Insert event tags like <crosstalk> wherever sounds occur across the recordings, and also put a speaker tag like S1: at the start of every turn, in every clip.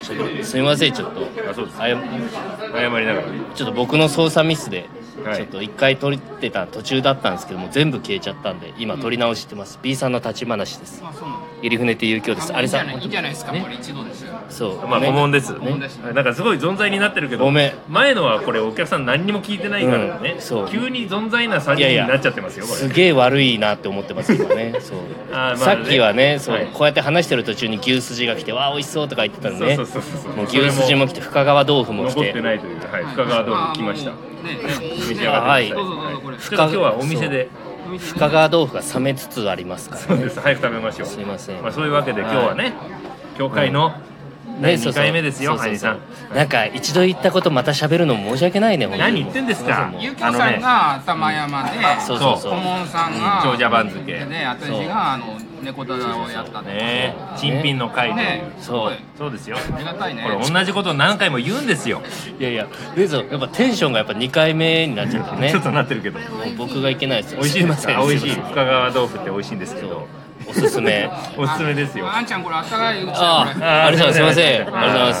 S1: ちょっとすみませんちょっと
S2: あそうです
S1: あや
S2: 謝りながら
S1: ちょっと僕の操作ミスで、
S2: はい
S1: ちょっと一回撮ってた途中だったんですけども全部消えちゃったんで今撮り直してます、B さんの立ち話です
S3: まあそうなの
S1: 入船っていう今ですあれさ
S3: いいんじゃないいいんじゃないですか、これ一度ですよ
S1: そう
S2: まあ
S1: ね
S2: 顧問です、
S1: ね
S2: はいなんかすごい存在になってるけど
S1: ごめん
S2: 前のはこれお客さん何にも聞いてないからね、
S1: うんそう
S2: 急に存在な3
S1: いやい
S2: 人
S1: や
S2: になっちゃってますよこれ
S1: すげえ悪いなって思ってます今ねそう、
S2: <laughs> あーまあね
S1: さっきはねそう、
S2: はい
S1: こうやって話してる途中に牛すじが来てわあ美味しそうとか言ってたのね
S2: そうそうそうそう
S1: もう牛すじも来て深川豆腐も来
S2: 残
S1: て
S2: ってないというはい深川豆腐来ました、
S3: あもうね
S2: 召し上
S1: あ
S2: がってください、
S3: どうぞどうぞこれ
S2: ちょっと今日はお店で
S3: お店
S1: 深川豆腐が冷めつつありますから
S2: そうです早く食べましょう
S1: すいません
S2: あ、そういうわけで今日はね、教会の第2回目ですよ、
S1: そうそう
S2: ハニさん
S1: なんか一度言ったことまた喋るのも申し訳ないね本当に
S2: 何言ってんですか
S1: もう
S3: ゆきおさんが玉山で
S1: そうそうそう
S3: 顧問さんが
S2: 長者番付
S3: で私があの猫だらをやったね
S2: ね珍品の会という、
S3: ね
S1: そう
S2: そうですよ
S3: ありがたいね
S2: これ同じこと何回も言うんですよ、
S1: いやいやレイさんやっぱテンションがやっぱ2回目になっちゃったね
S2: ちょっとなってるけど
S1: もう僕がいけないです
S2: 美味しいです
S1: すい
S2: か
S1: ませ
S2: 美
S1: ん
S2: 味しい
S1: すま
S2: 深川豆腐って美味しいんですけ
S1: せんそう
S2: ど
S1: おすす
S2: <laughs>
S1: め
S2: おすすめですよ
S3: ああんちゃんこれあったかいうち
S1: あ
S3: だ
S1: ありがとうございますすいませんありがとうございます
S2: す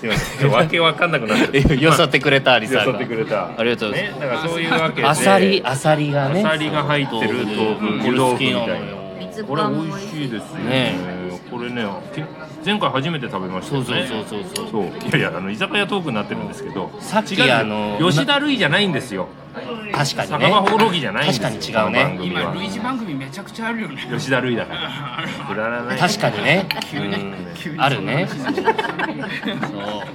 S2: すいませんちょっとわけわかんなくなって
S1: <laughs>
S2: る
S1: よそってくれたアリ
S2: よ
S1: さん
S2: そっ
S1: が
S2: てくれた
S1: ありがとうござい
S2: ねだからそういうわけで
S1: あさりあさりがね
S2: アサリが入ってる豆腐
S1: うん
S2: 湯豆腐みたいな
S1: これ好きのよ
S4: 水
S2: これ
S4: パンも
S2: 美味しいですよね
S1: ね
S2: これねけ前回初めて食べました
S1: そ
S2: よ
S1: うそう
S2: ね
S1: そうそうそう
S2: そういやいやあの居酒屋トークになってるんですけど
S1: さっき
S2: 違うんです
S1: あの
S2: 吉田類じゃないんですよ
S1: 確かに
S2: 酒場
S1: ね
S2: 放浪記じゃないんですよ
S1: 確かに違うね
S2: この番組
S3: 今
S2: は
S3: 類似番組めちゃくちゃあるよね
S2: 吉田類だからくだらな
S1: <laughs>
S2: い
S1: 確かに
S2: <laughs>
S1: ね
S3: 急
S1: うん
S3: に
S1: あるね
S3: そんな話になっちゃう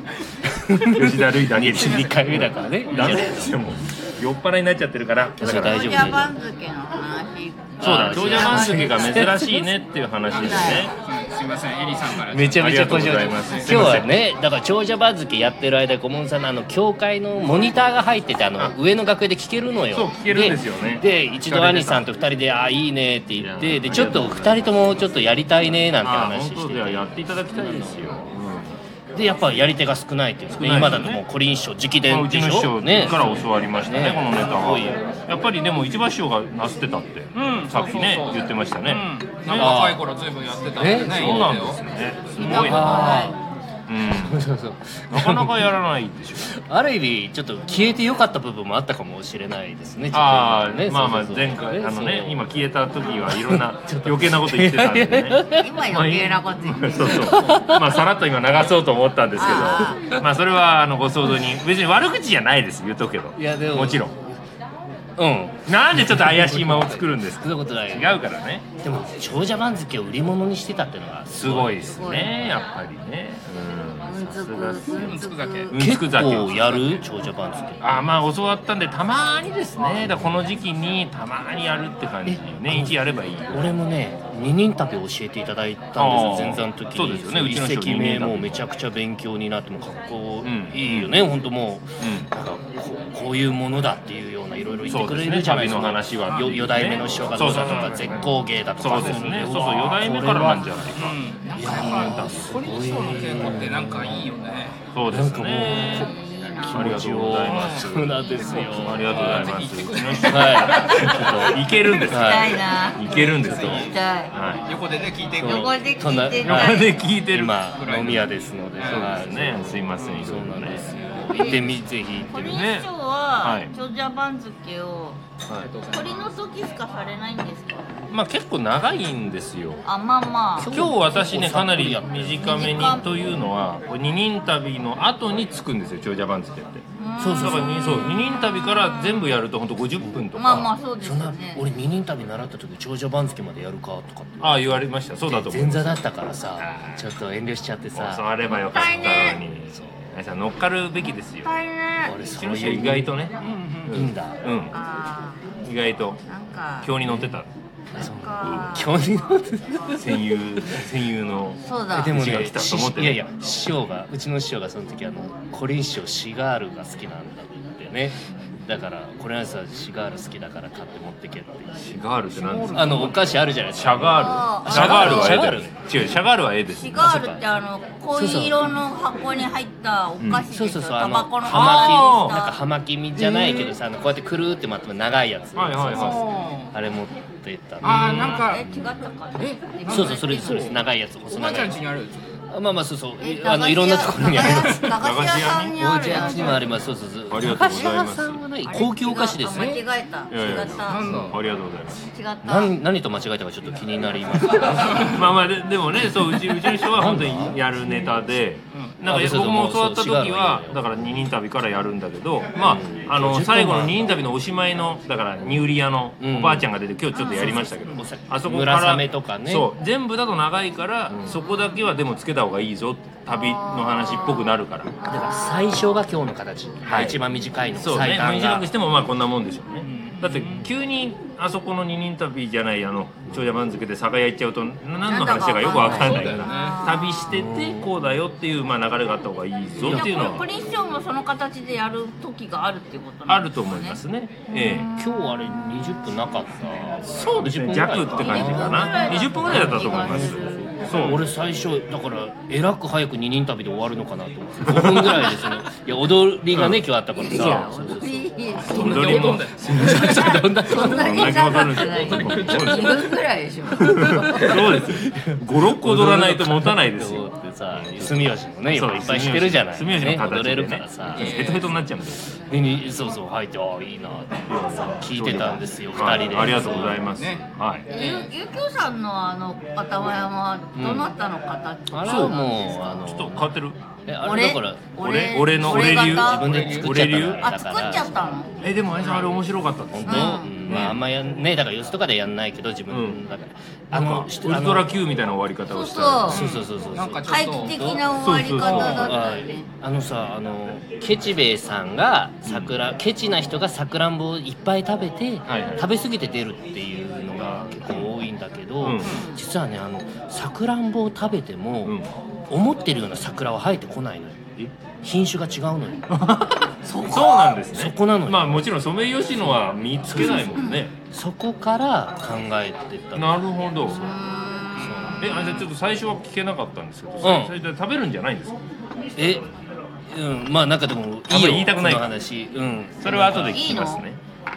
S1: そう
S2: 吉田類だけ
S1: <laughs> 2回目だから
S2: <laughs>
S1: ね
S2: ダメですよもう酔っ払いになっちゃってるから
S1: そ
S2: だか
S1: れ大
S2: ら
S4: 長
S1: 丈夫
S4: 者番付の話
S2: そうだ
S1: あー
S2: 長者番付が珍しいねっていう話ですね
S3: うんすいませんエリさんから
S1: めちゃめちゃ
S2: ありがとう
S1: 好
S2: ご
S1: 評
S2: ざい
S1: で
S2: ます
S1: 今日はねだから長者番付やってる間顧問さんのあの教会のモニターが入っててあ
S2: あ
S1: の上の楽屋で聞けるのよ
S2: そう聞けるんですよね
S1: で一度兄さんと二人で「あいいね」って言っ
S2: いや
S1: てでちょっと二人ともちょっとやりたいねなんて
S2: あー
S1: 話し
S2: 本当
S1: て
S2: ではや
S1: て
S2: っていただきたいですよ
S1: でやっぱやり手が少ないっていうね
S2: 少ないで
S1: 今
S2: すね
S1: だともうコリン師匠直
S2: ま
S1: 伝
S2: あうち
S1: で
S2: の
S1: し
S2: 師匠
S1: ょね
S2: から教わりましたね
S1: ね
S2: このネタ
S1: すご
S2: はい
S1: よ
S2: やっぱりでも市場師匠がなすってたって、
S3: うん
S2: さっきね
S3: そうそうそう
S2: 言ってました
S3: う
S2: ね、
S3: んなんか若い頃ずいぶんやってたんでね
S1: えそ
S2: そうなんですよねすごいな、
S1: あ
S2: う、
S1: あそうそうそうん
S2: なかなかやらないでしょ
S1: ある意味ちょっと消えてよかった部分もあったかもしれないですねちょっと
S2: ああ、
S1: ね
S2: まあまあ
S1: そうそうそう
S2: 前回あの
S1: そ
S2: ね
S1: う
S2: 今消えた時はいろんな余計なこと言ってたんでね
S4: 今余計なこと言ってる
S2: そうそうまあさらっと今流そうと思ったんです
S4: あ
S2: けどまあそれはあのご想像に別に悪口じゃないです言うとくけど
S1: いやでも
S2: もちろん
S1: うん
S2: なんでちょっと怪しい間を作るんです
S1: そん
S2: か
S1: なことない
S2: 違う
S1: よ
S2: からね
S1: でも長者番付を売り物にしてたっていうのが
S2: すごいですねやっぱりねうん
S4: うん
S2: さ
S4: つ
S2: す
S4: く
S2: がっすね
S4: うんつ
S2: う
S4: く
S2: ん
S1: 結
S2: つく酒
S1: 構やる長者番付
S2: あまあ教わったんでたまにですねだからこの時期にたまにやるって感じ
S1: え
S2: 年一やればいい
S1: 俺もね二人旅を教えていただいたんです
S2: あ
S1: 前
S2: ー
S1: 座の時に
S2: そうですよねうちの人
S1: 一席目
S2: 二人旅
S1: もうめちゃくちゃ勉強になってもかっこ
S2: うん
S1: いいよね、ほん、本当も
S2: うん
S1: うなんかここういうものだっていうようないろいろ言ってくれるじゃないですか
S2: そうですね旅の話は
S1: よ四代目の師匠がどうだとか
S2: そうそうそう
S1: 絶光芸だと
S2: そ
S1: か
S2: うですね
S1: わ
S2: そうそう4代目からなんじゃないか
S3: うんなんかやっぱコリン師匠の稽古ってなんかいいよね
S2: そうですねありがとうございます
S1: そうなんですよ
S2: ありがとうございますうちの人
S1: はい
S2: ちょっといけるんですよ
S1: は
S4: たいな
S2: はいいけるんですよ
S4: 聞きたい
S2: は
S3: 横でね聞いていく
S1: そう
S4: 横で
S1: そんな
S4: 聞いて
S2: い
S4: た
S2: なん
S4: い
S2: で聞いてる
S1: 今飲み屋ですので
S3: そうです
S1: はい
S2: ねすいませんい
S1: そ
S2: ろ
S1: う
S2: いろ
S1: なん
S2: ね
S1: ですよ行ってみぜひ行って
S4: 堀
S1: み
S4: 市
S2: ね
S4: 長
S2: は
S4: はい長者番付を
S2: はい
S4: 鳥の時しかされないんですか
S2: まあ結構長いんですよ
S4: あまあまあ
S2: 今日私ねかなり短めにというのは二人旅の後に着くんですよ長者番付って
S1: そうそ
S2: だ
S1: うそ
S2: か
S1: う
S2: らにそう二人旅から全部やると本当50分とか
S4: まあまあそうです
S1: そ
S4: よ
S1: んな
S4: ね
S1: 俺二人旅習った時長者番付までやるかとかって
S2: ああ言われましたそうだと思う
S1: 前座だったからさちょっと遠慮しちゃって
S2: 教
S1: さ
S2: わればよかったのに皆さん乗っかるべきですよ
S4: 大変
S1: 俺そうう
S2: ちの人
S1: いう
S2: 意外とね
S1: いいんだ
S2: う
S4: あ
S2: ん意外と
S4: ーなんか
S2: 今日に乗ってた
S1: そう
S4: か
S1: 興味の
S2: 戦友戦友の
S4: そうだ
S1: でも
S2: うちが
S1: ね
S2: 来たと
S1: 師
S2: 思って
S1: いやいや師匠がうちの師匠がその時あのコリン師匠シガールが好きなんだって言ってねだからこれはさシガール好きだから買って持ってけって
S2: シガールって何ですか
S1: あのお菓子あるじゃないです
S2: シ
S1: か
S2: ャガー
S4: あ
S2: ル
S4: ー
S2: シャガール
S1: シャガ
S2: は
S1: ール
S2: 絵です違うシャガールは絵です
S4: シガールってあの紺色の箱に入ったお菓子です
S1: そ
S4: よ
S1: うそうそうあ
S4: タ
S1: の
S4: バコの
S1: 葉巻
S4: あー
S1: なんか葉巻みじゃないけどさあのこうやってくるーってまとめ長いやつ
S2: はいはいは
S1: あれ持ってったの
S3: あーなんか
S4: え違ったかな
S3: え
S1: そうそうそれですそれです長いやつ細
S3: おばあち
S1: 長
S3: ゃ
S1: い
S3: ん
S1: やつ
S3: 家にある
S1: まあまあそうそう
S4: え
S1: あのいろんなところにあります
S4: 駄菓子屋さんに
S1: お
S4: あ
S1: うち
S4: るや
S1: 屋
S4: つ
S1: にもありますそうそうそう
S2: ありがとうございます
S1: 駄菓子屋さんはない高級お菓子ですね
S4: あ間違えた
S2: いやいや
S4: 違った
S3: なんだ
S2: ありがとうございます。
S4: 違った
S1: 何何と間違えたかちょっと気になりますけど
S2: まあまあででもね、そううちうちの人は本当にやるネタで、なん
S1: あ
S2: か
S1: そうそう
S2: 僕も教わった時
S1: そう
S2: は
S1: そう
S2: だから二人旅からやるんだけど、まああの最後の二人旅のおしまいのだからニ売り屋の
S1: うん
S2: おばあちゃんが出て今日ちょっとやりましたけど
S1: そうそう、
S2: あそこか
S1: 村
S2: ら
S1: 雨とかね
S2: そう全部だと長いからそこだけはでもつけた方がいいぞ、旅の話っぽくなるから。
S1: だから最小が今日の形、
S2: はい
S1: 一番短いの
S2: そう
S1: 最
S2: ね、
S1: 短
S2: 短
S1: が
S2: くしてもまあこんなもんでしょうね、だって急にあそこの二人旅じゃないあの長者番付で酒屋行っちゃうとな何の話だかよくわかんないか
S3: そうだよね
S2: ら旅しててこうだよっていうまあ流れがあった方がいいぞって
S4: じ
S2: いう
S4: ゃあ
S2: の
S4: これ
S2: は
S4: プリンションもその形でやる時があるっていうこと
S2: あ
S4: なん
S2: る
S4: です
S2: と
S4: かね
S2: 思いますねええ
S1: 今日あれ20分なかった
S2: そうです
S1: 20
S2: ね
S1: 分ぐらい
S2: 弱って感じかな20分ぐらいだったと思いますそう
S1: 俺最初だからえらく早く二人旅で終わるのかなと思って5分ぐらいで
S2: <laughs>
S1: そのいや踊りがね今日あったからさそうそうそう
S4: いや
S3: どんだけ飲んだよ
S1: どんだけ
S4: そんなに
S2: 長くなるん
S4: じゃ <laughs> ない
S2: ですよ
S4: 2分ぐ <laughs> らいでしょ
S2: そうです56個踊らないと持たないですよ
S1: ってさ住吉のねやっぱいっぱいしてるじゃない
S2: 住吉の
S1: ね
S2: 形
S1: 踊
S2: で
S1: れ
S2: ね
S1: るからさ
S2: ヘトヘトになっちゃうんです
S1: でにそうそう入ってああいいなってさ聞いてたんですよ
S2: は
S1: 二
S2: い
S1: 人で
S2: ありがとうございますす、
S3: ね
S2: はい
S4: ゆゆきょうさんのあの頭山はどなたの形、
S1: あれ
S4: そ
S1: は
S4: うなんで
S1: も
S4: す
S1: う
S4: か
S1: あの
S2: ちょっと変わってる
S1: えあれだから
S2: 俺俺の俺流
S4: 型
S1: 自分で作っちゃったから
S4: あ作っちゃったの
S2: えでもあれさんあれ面白かったです
S1: 本
S2: ね
S1: 当、
S4: うん
S1: うんまあ、あんまやんねだからよスとかでやんないけど自分だから、
S2: なん
S1: あの
S2: か
S1: 知って
S2: ウ
S1: る
S2: ルトラ Q みたいな終わり方をした
S4: そう
S1: そうそうそうそう
S3: なんかちょっ
S4: 怪
S3: と
S4: 奇的な終わり方だった
S1: あ
S4: よね
S1: あのさあのケチ兵衛さんが桜、ケチな人がさくらんぼをいっぱい食べて、
S2: はいはい
S1: 食べ過ぎて出るっていうのが結構多いんだけど、
S2: うん
S1: 実はねあのさくらんぼを食べても、
S2: うん
S1: 思ってるような桜は生えてこないのよ品種が違うのよ
S2: <laughs> そうなんですね
S1: そこなのよ
S2: まあもちろんソメイヨシノは見つけないもんね
S1: そこから考えてったの
S2: なるほど
S4: う
S2: えあじゃあちょっと最初は聞けなかったんですけど、最初は食べるんじゃないんですか
S1: えうんまあなんかでも
S2: あ
S1: い
S2: ん
S1: い
S2: ま
S1: よ
S2: り言いたくない
S1: この話うん
S2: それは後で聞きます
S4: い
S2: ね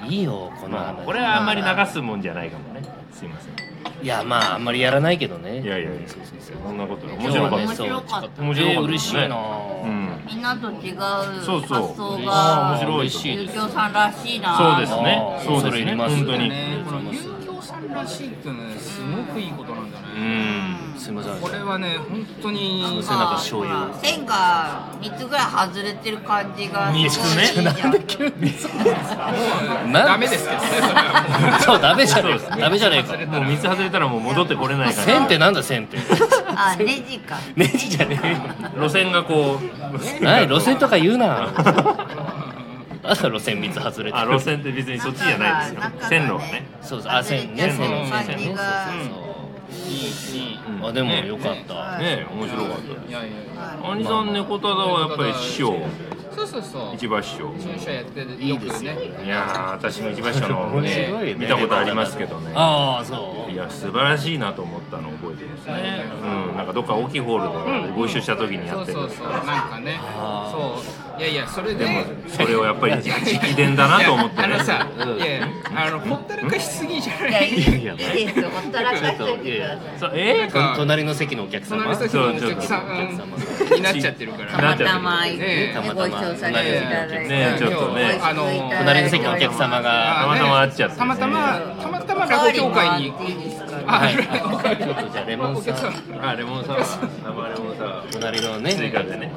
S1: いいよこの話、
S2: まあこれはあんまり流すもんじゃないかもねすいません
S1: いやまああんまりやらないけどね
S2: いやいやいやそうそうそうそんなことない
S1: 今
S2: 面
S1: 日
S2: 白
S1: は
S2: かっ
S1: ねそう
S2: たです
S4: 面白かった
S1: 面白
S2: 面白かった
S1: 嬉しいな、
S2: うん
S4: んみんなと違う
S2: そう
S4: 発
S2: そう
S4: 想
S2: あ
S4: が
S2: ー面白い
S1: 嬉しい
S4: ゆ
S1: で
S4: き
S1: す
S4: ょうさんらしいな
S2: そうです
S1: あ
S2: ね
S1: ー
S2: そう
S1: 恐れ
S2: です
S1: 入
S2: ね
S1: ります
S2: 本当に
S3: ねこのゆうきょうさんらしいっていうのはねすごくいいことなんだ
S2: う
S3: ね、
S2: ん
S1: すいませ <laughs> ん
S3: これはね本当に
S1: そうです
S4: な
S1: ねな
S4: ん
S1: ん
S4: か
S1: か醤油
S4: ほら線が三つぐらい外れてる感じが
S2: 三
S4: す
S2: つ
S4: ごいいいじ
S2: ね
S4: ゃん
S1: なん
S3: ダメですけどねそれはもう
S1: そうダメじゃねえ
S2: そうで
S1: か
S2: すね
S1: ダメじゃねえか
S2: もう水外れたらもう戻ってこれないから
S1: 線ってなんだ線って <laughs>
S4: あネジか
S1: ネジじゃねえよ
S2: 路線がこう
S1: 何路線とか言うな <laughs> あと路線3つ外れて
S2: あ路線って別
S4: <laughs>
S2: にそっちじゃないですよ
S4: 中が
S2: 線路がね
S1: そうそうあ線ね
S4: 線
S1: 線
S4: の感
S1: 線
S4: じ
S1: ね
S4: が
S1: そうそう
S3: いいいい
S1: そうあでもよかった、
S2: ねえ面白かった
S3: いやいや
S2: 兄さん猫忠はやっぱり師匠
S3: そうそうそう
S2: 一番師匠
S3: 事務所やってるよくね
S2: いやー私も一番師匠の、
S1: 面白いね
S2: えー見たことありますけどね
S1: ああそう
S2: いや素晴らしいなと思ったのを覚えてますねうんなんかどっか大きいホールでご一緒した時にや
S3: そ
S2: っ
S3: う
S2: てる
S3: そうそうなんかね
S1: あ
S3: そういやいやそれ
S2: で
S3: で
S2: もそれをやっぱりいや直伝だなと思ってね
S3: いやあのさ、
S1: うん
S3: いやいやあのほったらかしすぎじゃ
S4: い
S3: な
S4: や
S3: い
S4: いいいいですよほったらかしといてください
S2: そうえー
S3: か
S1: 隣の席のお客様
S3: 隣の席のお客さんになっちゃってるから
S4: たまたま行って、
S1: ね
S4: ご一緒させていただいて、
S2: ねえちょっとね
S4: あの
S1: 隣の席のお客様が
S2: たまたま会っちゃってね
S3: たまたまたまたま落語協会に
S4: いいですかね。
S1: はい
S3: あ
S1: はい
S4: <laughs>
S1: ちょっとじゃあレモンサワー
S2: あレモンサワー生レモンサワー
S1: 隣のね
S2: 追加でね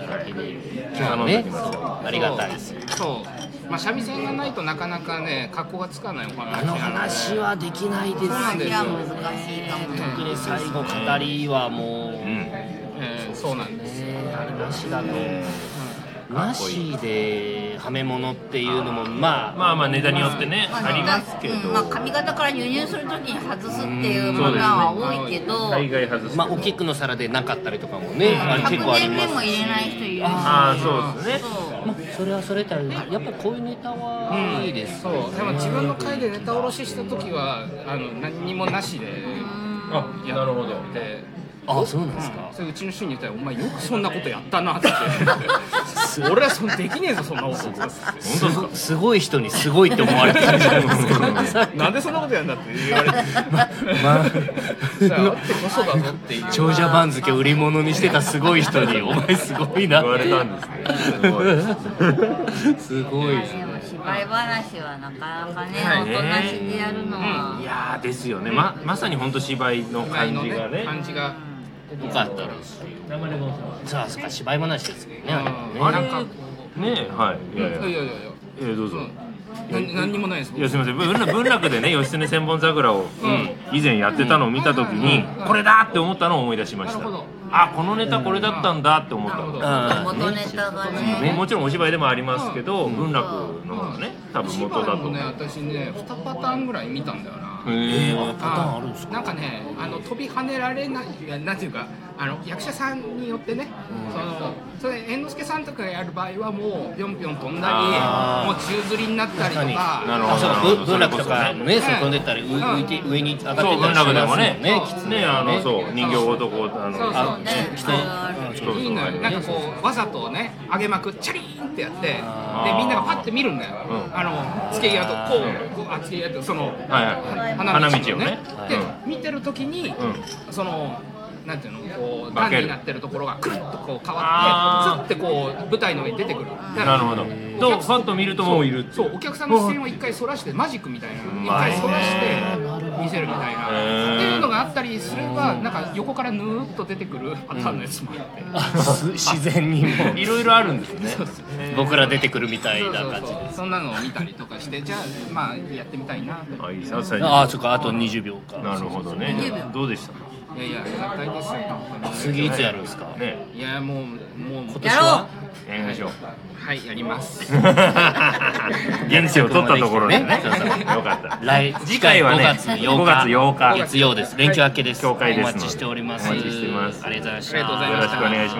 S1: 働きに
S2: 頼んで
S1: ね
S2: きま
S1: そ
S2: し
S1: う
S2: た
S1: ありがたいです
S3: そうまあ三味線がないとなかなかね格好がつかないお話
S1: あの話はできないですよ
S3: そうなんですよ
S4: は難しいかもね。
S1: 特に最後語りはもう、
S2: うん
S3: えーそうなんですよ
S1: ありなしだと、なしではめ物っていうのもまあ
S2: まあまあネタによってねありますけど
S4: うんまあ髪型から輸入するときに外すっていうパターンは多いけど、
S2: 海外外すけど
S1: まあお菊の皿でなかったりとかもね、あれ結構あり
S4: 100年
S1: ま
S4: 目も
S1: す
S4: 入
S1: し
S4: れない人いるし。
S2: ああそうですね
S4: そう
S1: まあそれはそれたらやっぱりこういうネタはいいです
S3: そうでも自分の会でネタ下ろしした時はあの何にもなしで
S2: あ
S3: やって
S2: なるほど
S3: で
S1: あそうなんですか
S2: <laughs>
S3: それうちの主に言ったら「お前よくそんなことやったな」って
S1: すす
S3: 俺らそんできねえぞそんなこと
S2: 本当ですか
S1: すごい人にすごいって思われて
S2: <laughs>
S1: るじゃないですか
S3: なんでそんなことやんだって言われて
S1: ま
S2: <laughs>
S3: さああってこそだぞっていう
S1: 長者番付売り物にしてたすごい人 <laughs> に「お前すごいな」っ
S2: 言われたん
S4: <laughs>
S2: ですねすごい
S1: てすごい
S4: や
S1: です
S4: で
S1: ね
S4: も芝居話はなかなかね、
S3: はい
S2: ね。
S4: 大人しでやるのはい
S2: やーですよねままさに本当芝居の感じがね
S3: 感じが
S1: よかったですさあそっか芝居話ですよねあれはね
S2: あれ
S3: なん
S2: ね
S3: か
S2: はいい
S3: いやい
S2: や
S3: や
S2: い
S3: い
S2: や
S3: やい
S2: えーどうぞ
S3: やな何にもないです
S2: いやすみません文楽文楽でね「義経千本桜を」以前やってたのを見た時に
S3: うん
S2: これだって思ったのを思い出しました
S3: なるほど
S2: あこのネタこれだったんだって思った
S3: なるほど
S1: ああ
S4: 元ネタがね
S2: ね、もちろんお芝居でもありますけど、文楽の方がね、多分元だ
S3: 芝
S2: と
S3: 居も
S2: 思う。
S3: ね私ね2パターンぐらい見たんだよな
S2: へー
S1: パターンあるんですか
S3: なんかねあの飛び跳ねられないいやなんていうかあの役者さんによってね、そのそれ猿之助さんとかがやる場合はもうぴょんぴょん飛んだ
S1: あー
S3: りもう宙吊りになったりと
S1: 確
S3: か
S1: か
S2: になるほど
S1: あそうか
S2: なるほど
S1: ぶ文楽とか
S2: それこそ
S1: ねそう飛んでったりう
S3: うん
S1: 浮いて上に上がってたり
S2: そう、文楽でもね、
S1: ね
S2: ね
S1: きつ、
S2: ね、あの、そう、人形男、あ
S3: そう
S2: の、
S3: そ
S1: あ
S3: う
S1: ね
S3: ね
S1: きつ
S4: あるある
S1: うん
S2: そうそう
S3: いいのよなんかこうわざとね上げまくチャリーンってやってでみんながパッて見るんだよ、
S2: うん
S3: あの付け際とこうこうあ付け際とその
S2: はいはい、花道をね。
S3: で見てる時に、
S2: う
S3: そのなんていうのこう
S2: 化
S3: 段
S2: ける
S3: になってるところがくるっとこう変
S2: あ
S3: わ
S2: ー
S3: ってずってこう舞台の上に出てくるだか
S2: うん
S3: ら
S2: なるほど。と、ファッと見るともういるってい
S3: そうお客さんの視線を一回そらしてマジックみたいな一
S2: まい
S3: 回
S2: ね
S3: そらして見せるみたいなっ
S2: へー
S3: ていうのがあったりすればなんか横からぬーっと出てくるパターンのやつもあって。
S1: あす自然にも
S2: いろいろあるんですね。
S1: う僕ら出てくるみたい
S3: そう
S1: な
S3: そう
S1: 感
S2: <laughs>
S1: じ
S3: そうそんなのを見たりとかしてじゃあまあやってみたいなと
S2: あ、いいさ、最
S1: ああ
S2: 後。
S1: そっかあと20秒か
S2: なるほどね。どうでした
S3: いやいや絶対ですよ本当に
S1: 次いつやるんですか
S2: ね、
S3: いやもうもう今
S1: 年
S4: やろう
S1: は
S2: やりましょう。
S3: はいやり
S2: <laughs>
S3: ます
S2: 現地を取ったところでね。よかった。
S1: 来 <laughs>
S2: 次回は
S1: 5
S2: ね
S1: 月8日
S2: 5月8日
S1: 月曜です連休明けです
S2: 教会ですの
S1: お
S2: で
S1: 待ちしております
S2: お待ちしてます
S1: ありがとうございまし
S3: ありがとうございま
S2: よ
S3: し
S2: ろ
S3: た
S2: しくお願いします。